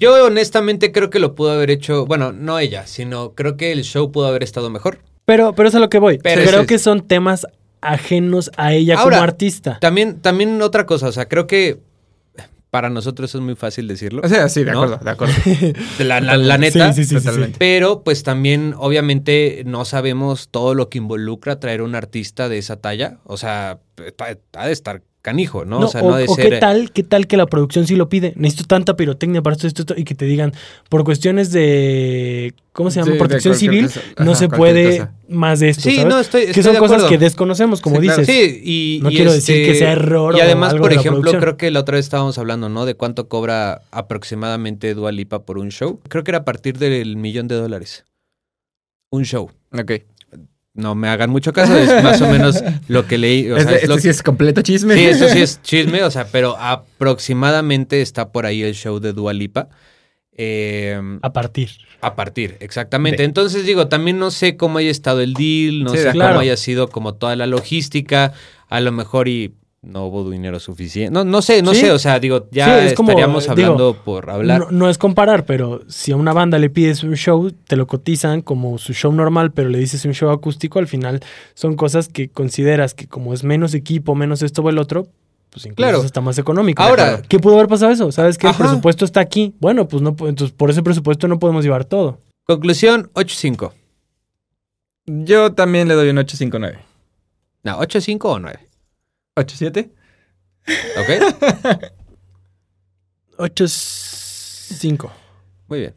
yo honestamente creo que lo pudo haber hecho, bueno, no ella, sino creo que el show pudo haber estado mejor.
Pero, pero es a lo que voy.
Pero
Creo
es-
que son temas ajenos a ella
Ahora,
como artista.
También, también otra cosa, o sea, creo que para nosotros es muy fácil
(laughs)
decirlo.
O sea, sí, de
¿No?
acuerdo, de acuerdo.
La, la- la neta,
Sí, sí, sí, sí, sí.
totalmente.
Pero pues también obviamente no sabemos todo lo que involucra traer un artista de esa talla. O sea, está- ha de estar canijo, ¿no?
No,
o sea, no ha de
o
ser... eh,
qué tal, qué tal que la producción sí lo pide. Necesito tanta pirotecnia para esto, esto, esto, y que te digan, por cuestiones de, ¿cómo se llama?
Sí, de
Protección
cualquier
civil,
cosa.
no
Ajá,
se
cualquier
puede
cosa.
más de esto,
Sí,
¿sabes?
no, estoy,
que
estoy
son
de
cosas
acuerdo.
que desconocemos, como
Sí, claro.
dices.
Sí, y,
No
y
quiero decir
este-
que sea error o
Y además,
algo
por
de la
ejemplo,
producción.
creo que la otra vez estábamos hablando, ¿no? De cuánto cobra aproximadamente Dua Lipa por un show. Creo que era a partir del millón de dólares. Un show.
Ok.
No me hagan mucho caso, es más o
(laughs)
menos lo que leí. o sea,
Este,
es lo
este sí es completo chisme.
Sí, eso sí es chisme, o sea, pero aproximadamente está por ahí el show de Dua Lipa. eh,
A partir.
a partir, exactamente. Entonces, digo, también no sé cómo haya estado el deal, no
Sí, de
sé
acuerdo.
cómo haya sido como toda la logística. A lo mejor y no hubo dinero suficiente. No, no sé, no
Sí.
sé. O sea, digo, ya
Sí, es como, eh,
estaríamos
digo,
hablando por hablar.
No, no es comparar, pero si a una banda le pides un show, te lo cotizan como su show normal, pero le dices un show acústico, al final son cosas que consideras que como es menos equipo, menos esto o el otro, pues incluso
Claro.
está más económico.
Ahora-
¿qué pudo haber pasado eso? ¿Sabes que el
Ajá.
presupuesto está aquí? Bueno, pues no, pu- entonces por ese presupuesto no podemos llevar todo.
Conclusión, 8.5.
Yo también le doy un 859.
No, 8.5 o 9.
¿87?
(laughs)
¿Ok?
8, 5.
Muy bien.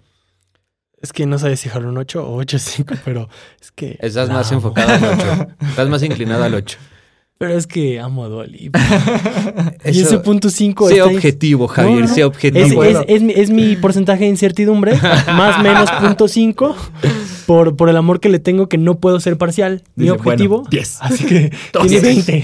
Es que no sabes si dejar un 8 o 8, 5, pero es que...
Estás más
la amo.
enfocado al 8. Estás más inclinado al 8.
Pero es que amo a Dua Lipa. (laughs) Y ese punto 5
Sea
está ahí.
objetivo, Javier,
No, no,
sea
no.
objetivo.
Es,
No,
es-
bueno.
es mi- es mi porcentaje de incertidumbre,
(laughs)
más menos punto cinco, por, por el amor que le tengo que no puedo ser parcial, mi
Dice,
objetivo.
bueno, 10.
(laughs)
Así que tiene
Entonces.
20.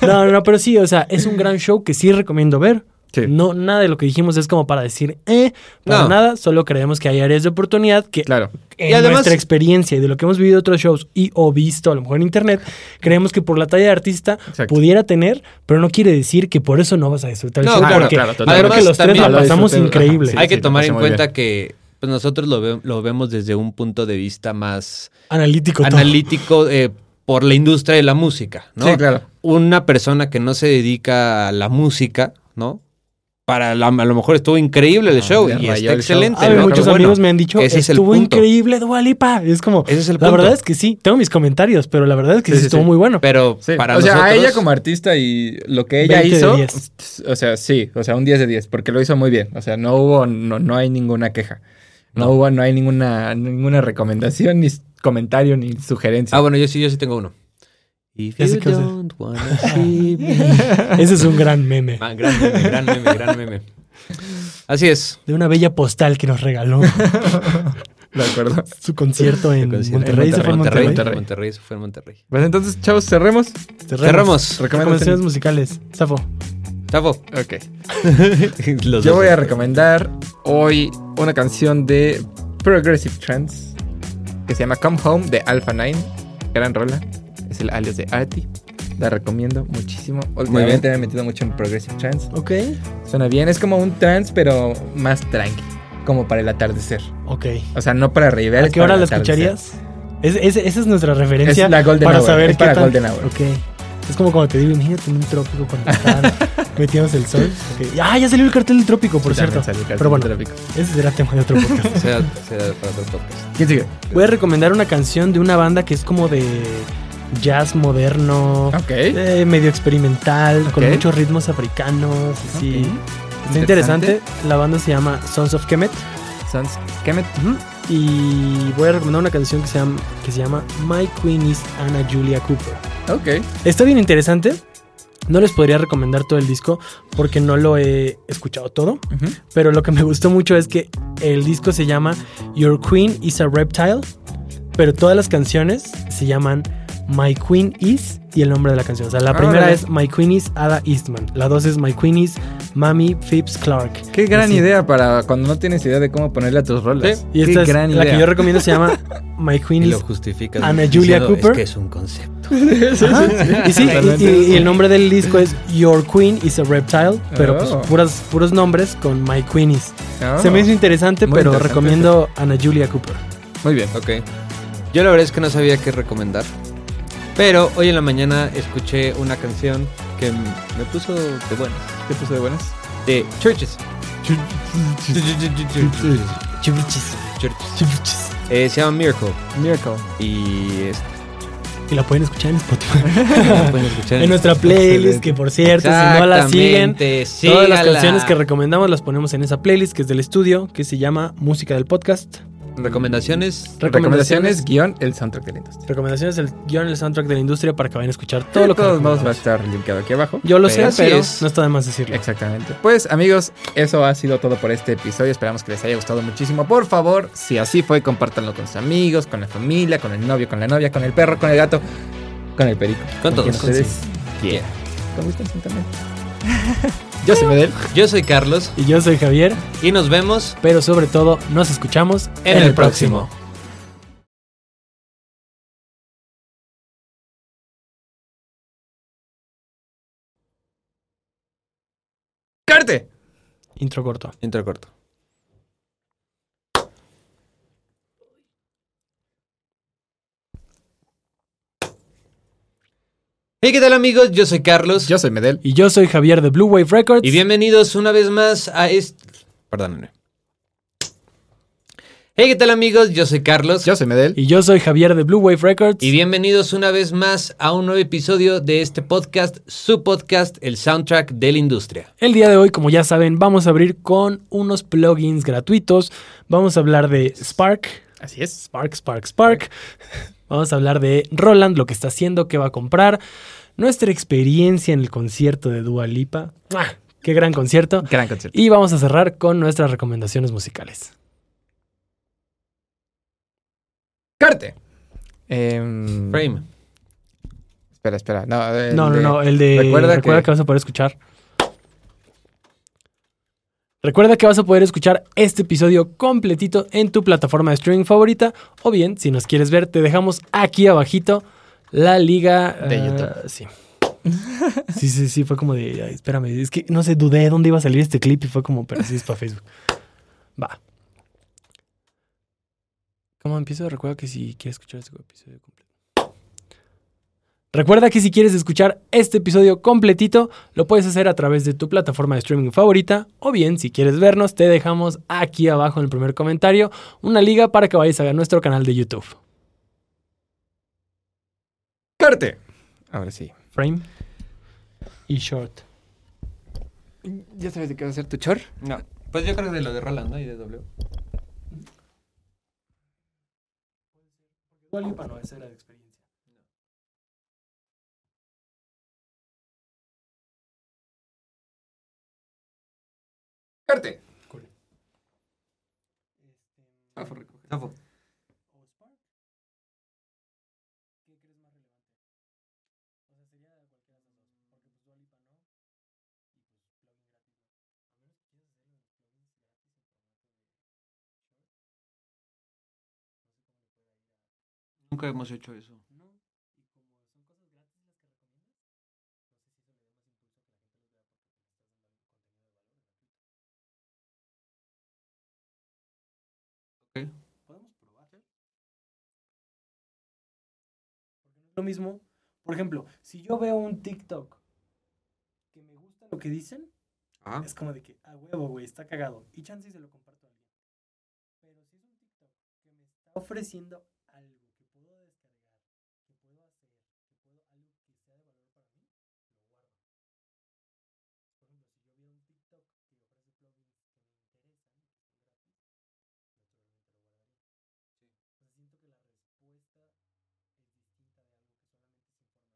No, no, no, pero sí, o sea, es un gran show que sí recomiendo ver.
Sí.
No, nada de lo que dijimos es como para decir, eh, para
No.
nada, solo creemos que hay áreas de oportunidad que
Claro.
en
Y además-
nuestra experiencia y de lo que hemos vivido en otros shows y o visto a lo mejor en internet, creemos que por la talla de artista
Exacto.
pudiera tener, pero no quiere decir que por eso no vas a disfrutar el
No,
show,
claro,
porque
claro,
yo
totalmente.
creo que los
Además,
tres la
también lo
pasamos
disfruté, ajá,
increíble.
Sí,
Hay que
sí, la
tomar
pasé
en
muy
cuenta que pues, nosotros lo, ve- lo vemos desde un punto de vista más
Analítico. todo.
analítico eh, por la industria de la música, ¿no?
Sí, claro.
Una persona que no se dedica a la música, ¿no? Para la- a lo mejor estuvo increíble el
Ah,
show
le
y
rayó
está
el show.
excelente.
A ver,
¿no?
Ah, muchos
Pero bueno,
amigos me han dicho,
ese es el
estuvo
punto.
increíble Dualipa. Es como,
Ese es el
la
punto.
verdad es que sí, tengo mis comentarios, pero la verdad es que
Sí,
sí,
sí,
estuvo
sí.
muy bueno.
Pero
Sí.
para
o sea, a
nosotros,
ella como artista y lo que ella
20 de
hizo,
10.
o sea, sí, o sea, un 10 de 10, porque lo hizo muy bien. O sea, no hubo, no, no hay ninguna queja. No, hubo, no hay ninguna, ninguna recomendación, ni s- comentario, ni sugerencia.
Ah, bueno, yo sí, yo sí tengo uno. If
Ya sé
you
qué vas a hacer.
don't wanna see
(laughs)
me.
Ese es un gran meme.
Ah, gran meme, gran meme, gran meme. Así es.
De una bella postal que nos
(laughs)
regaló
De acuerdo.
su concierto en
Concierto.
Monterrey. ¿Se fue en
Monterrey,
Monterrey?
Monterrey, Monterrey, se fue en Monterrey.
Pues entonces, chavos, cerremos.
Cerramos.
Recomendaciones
Recomendaciones.
musicales. Zafo.
Tafo.
(laughs)
Ok. Yo voy a recomendar hoy una canción de Progressive Trance que se llama Come Home de Alpha 9. Gran rola. Es el alias de Arti. La recomiendo muchísimo. Últimamente me he metido mucho en Progressive Trance.
Ok.
Suena bien. Es como un trance, pero más tranqui. Como para el atardecer.
Ok.
O sea, no para River.
¿A qué hora la escucharías? Es- es- esa es nuestra referencia
Es la Golden
para
Hour,
saber
es
qué
para
tan-
Golden Hour.
Ok. Es como cuando te digo, imagínate en un trópico cuando están
(laughs)
metiéndose el sol. Ok. Ah, ya salió el cartel del trópico, por cierto. Pero bueno, ese será tema de otro podcast.
(laughs)
Sea, sea para otro podcast.
¿Quién sigue?
Voy a recomendar una canción de una banda que es como de jazz moderno,
Ah, Ok.
eh, medio experimental, con
Ok.
muchos ritmos africanos. Así.
Ok.
Está interesante. La banda se llama Sons of Kemet.
Sans Kemet.
Y voy a recomendar una canción que se llama, que se llama My Queen is Anna Julia Cooper.
Ok.
Está bien interesante. No les podría recomendar todo el disco porque no lo he escuchado todo.
Ujú.
Pero lo que me gustó mucho es que el disco se llama Your Queen is a Reptile. Pero todas las canciones se llaman My Queen is y el nombre de la canción. O sea, la
Ah,
primera
órale.
es My Queen is Ada Eastman. La dos es My Queen is Mami Phipps Clark.
Qué gran
Así.
idea para cuando no tienes idea de cómo ponerle a tus rolas.
Sí.
Y
Qué
esta es
gran
la
idea.
que yo recomiendo se
(laughs)
llama My Queen
Y
is
lo justificas.
Ana Julia
diciendo,
Cooper.
Es que es un concepto.
Ajá. Y sí, y, y- y el nombre del disco es Your Queen is a Reptile, pero pues
Oh.
puras, puros nombres con My Queen is.
Ah,
Se me hizo interesante,
Muy
pero
interesante
recomiendo Ana Julia Cooper.
Muy bien.
Ok. Yo la verdad es que no sabía qué recomendar. Pero hoy en la mañana escuché una canción que m- me puso de buenas.
¿Qué puso de buenas?
De Churches.
Chivichis,
Churches.
chivichis.
Eh, se llama Miracle.
Miracle.
Y es- (laughs)
Y la pueden escuchar en Spotify.
la pueden escuchar
en nuestra playlist, que por cierto, si no la siguen,
Exactamente,
todas las
sígala.
canciones que recomendamos las ponemos en esa playlist que es del estudio, que se llama Música del Podcast.
Recomendaciones.
Recomendaciones, guión, el soundtrack de la industria.
Recomendaciones del guión, el soundtrack de la industria para que vayan a escuchar todo lo que
de todos modos va a
recomendamos.
estar linkado aquí abajo.
Yo lo
Pero
sé,
así
pero
es.
no está de más decirlo.
Exactamente. Pues amigos, eso ha sido todo por este episodio. Esperamos que les haya gustado muchísimo. Por favor, si así fue, compártanlo con sus amigos, con la familia, con el novio, con la novia, con el perro, con el gato, con el perico.
Con todos.
quien ustedes quieran. Con Wisconsin también. Yo soy Medel.
Yo soy Carlos
Y yo soy Javier.
y nos vemos
pero sobre todo nos escuchamos
en, el próximo.
¡Carte!
Intro corto.
Intro corto. Hey, ¿qué tal amigos? Yo soy Carlos.
Yo soy Medel.
Y yo soy Javier de Blue Wave Records.
Y bienvenidos una vez más a este... Perdónenme. Hey, ¿qué tal amigos? Yo soy Carlos.
Yo soy Medel.
Y yo soy Javier de Blue Wave Records.
Y bienvenidos una vez más a un nuevo episodio de este podcast, su podcast, el soundtrack de la industria.
El día de hoy, como ya saben, vamos a abrir con unos plugins gratuitos. Vamos a hablar de Spark,
Así es.
Spark, Spark, Spark. Vamos a hablar de Roland, lo que está haciendo, qué va a comprar, nuestra experiencia en el concierto de Dua Lipa. ¡Mua! ¡Qué gran concierto!
Gran concierto.
Y vamos a cerrar con nuestras recomendaciones musicales.
¡Carte! Em,
Frame.
Espera, espera. No, el
No, no,
de-
no, el de
Recuerda
recuerda
que-
que vas a poder escuchar. Recuerda que vas a poder escuchar este episodio completito en tu plataforma de streaming favorita o bien, si nos quieres ver, te dejamos aquí abajito la liga
De
eh,
YouTube.
Sí. (laughs) Sí, sí, sí, fue como de, "Ay, espérame, es que no sé, dudé dónde iba a salir este clip y fue como, pero sí es para Facebook. Va. ¿Cómo empiezo? Recuerda que si quieres escuchar este episodio completo. Recuerda que si quieres escuchar este episodio completito, lo puedes hacer a través de tu plataforma de streaming favorita o bien si quieres vernos, te dejamos aquí abajo en el primer comentario una liga para que vayas a ver nuestro canal de YouTube.
¡Corte! Ahora sí.
Frame y short.
¿Ya sabes de qué va a ser tu chor?
No. Pues yo creo que de lo de Roland, ¿no? Y de W.
¡Corte!
Nunca hemos hecho eso.
lo mismo. Por ejemplo, si yo veo un TikTok que me gusta lo que dicen,
Ah,
es como de que, a huevo, güey, está cagado. Y chance y se lo comparto a alguien. Pero si es un TikTok que me está ofreciendo algo que puedo descargar, que puedo hacer, que puedo algo que sea de valor para mí, lo guardo. Por ejemplo, si yo veo un TikTok que ofrece plugins que me interesan, que son gratis, naturalmente lo guardaré. O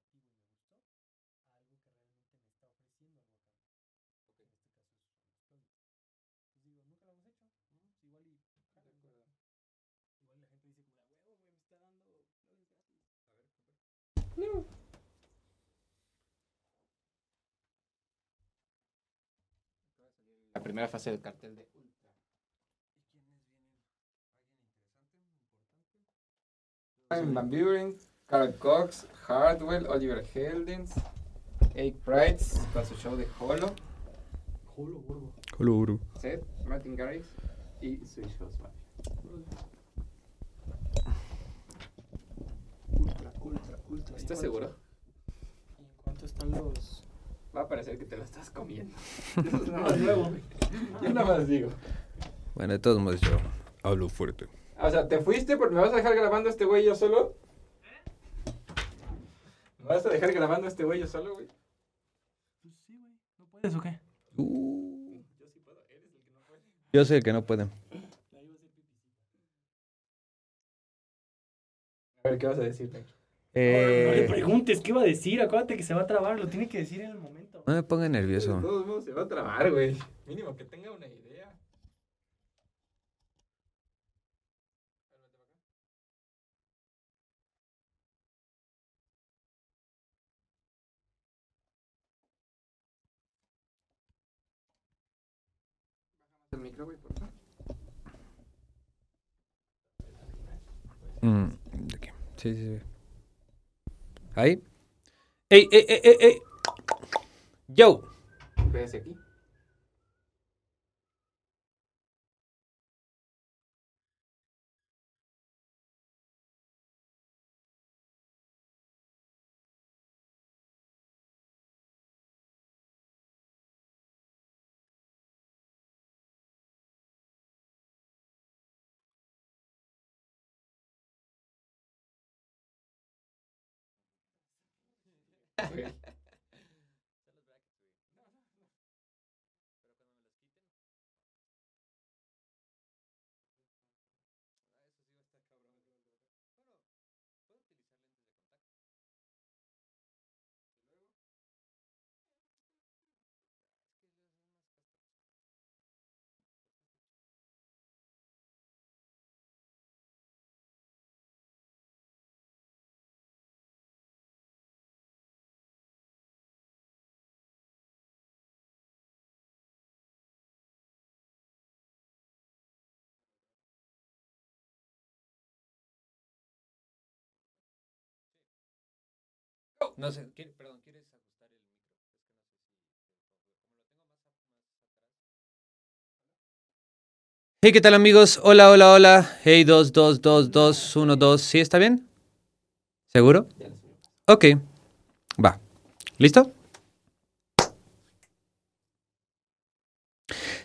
sea, siento que la respuesta es distinta de algo que solamente es informativo y me gustó, a algo que realmente me está ofreciendo algo a cambio. En este caso es un plugin. Entonces digo, nunca lo hemos hecho. Igual y
la primera fase del cartel de Ultra. Ryan Van Buren, Carl Cox, Hardwell, Oliver Heldens, Eric Price con su show de Holo, Seth, Martin Garrix y Switch House Mafia.
Ultra, ultra, ultra.
¿Estás seguro?
¿Y en cuánto están los...?
Va a parecer que te lo estás comiendo. Eso es nada más nuevo. Yo nada más digo.
Bueno, de todos modos yo hablo fuerte.
O sea, ¿te fuiste? porque ¿Me vas a dejar grabando a este güey yo solo? ¿Me vas a dejar grabando a este güey yo solo, güey?
sí, güey. ¿No puedes o qué?
Uh. Yo sé que no pueden.
A ver, ¿qué vas a decir, Frankie?
No le
Eh,
preguntes qué iba a decir. Acuérdate que se va a trabar. Lo tiene que decir en el momento.
no me ponga
De
nervioso.
todos modos se va a trabar, güey. Mínimo que tenga una idea. El micro, güey, por favor.
Mm, de aquí. Sí, sí, sí. Ahí. ¡Ey, ey, ey, ey, ey! ¡Yo!
Ve hacia aquí.
No sé, ¿quiere- perdón, ¿quieres ajustar el micro? Es que no sé si... Hey, ¿qué tal amigos? Hola, hola, hola. Hey, 2, 2, 2, 2, 1, 2. ¿Sí está bien? ¿Seguro? Ok. Va. ¿Listo?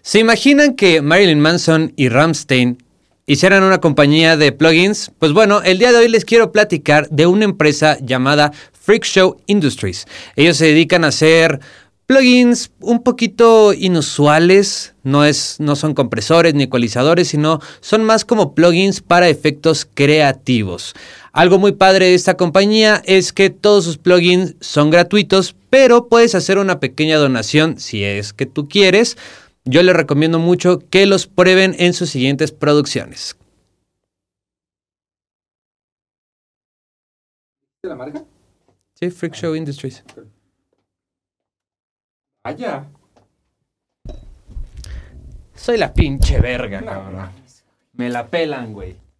¿Se imaginan que Marilyn Manson y Rammstein hicieran una compañía de plugins? Pues bueno, el día de hoy les quiero platicar de una empresa llamada Freak Show Industries. Ellos se dedican a hacer plugins un poquito inusuales, no, es, no son compresores ni ecualizadores, sino son más como plugins para efectos creativos. Algo muy padre de esta compañía es que todos sus plugins son gratuitos, pero puedes hacer una pequeña donación si es que tú quieres. Yo les recomiendo mucho que los prueben en sus siguientes producciones.
¿De la marca?
Sí, Freak Show Industries.
Allá.
Soy la pinche verga, cabrón. Me la pelan, güey.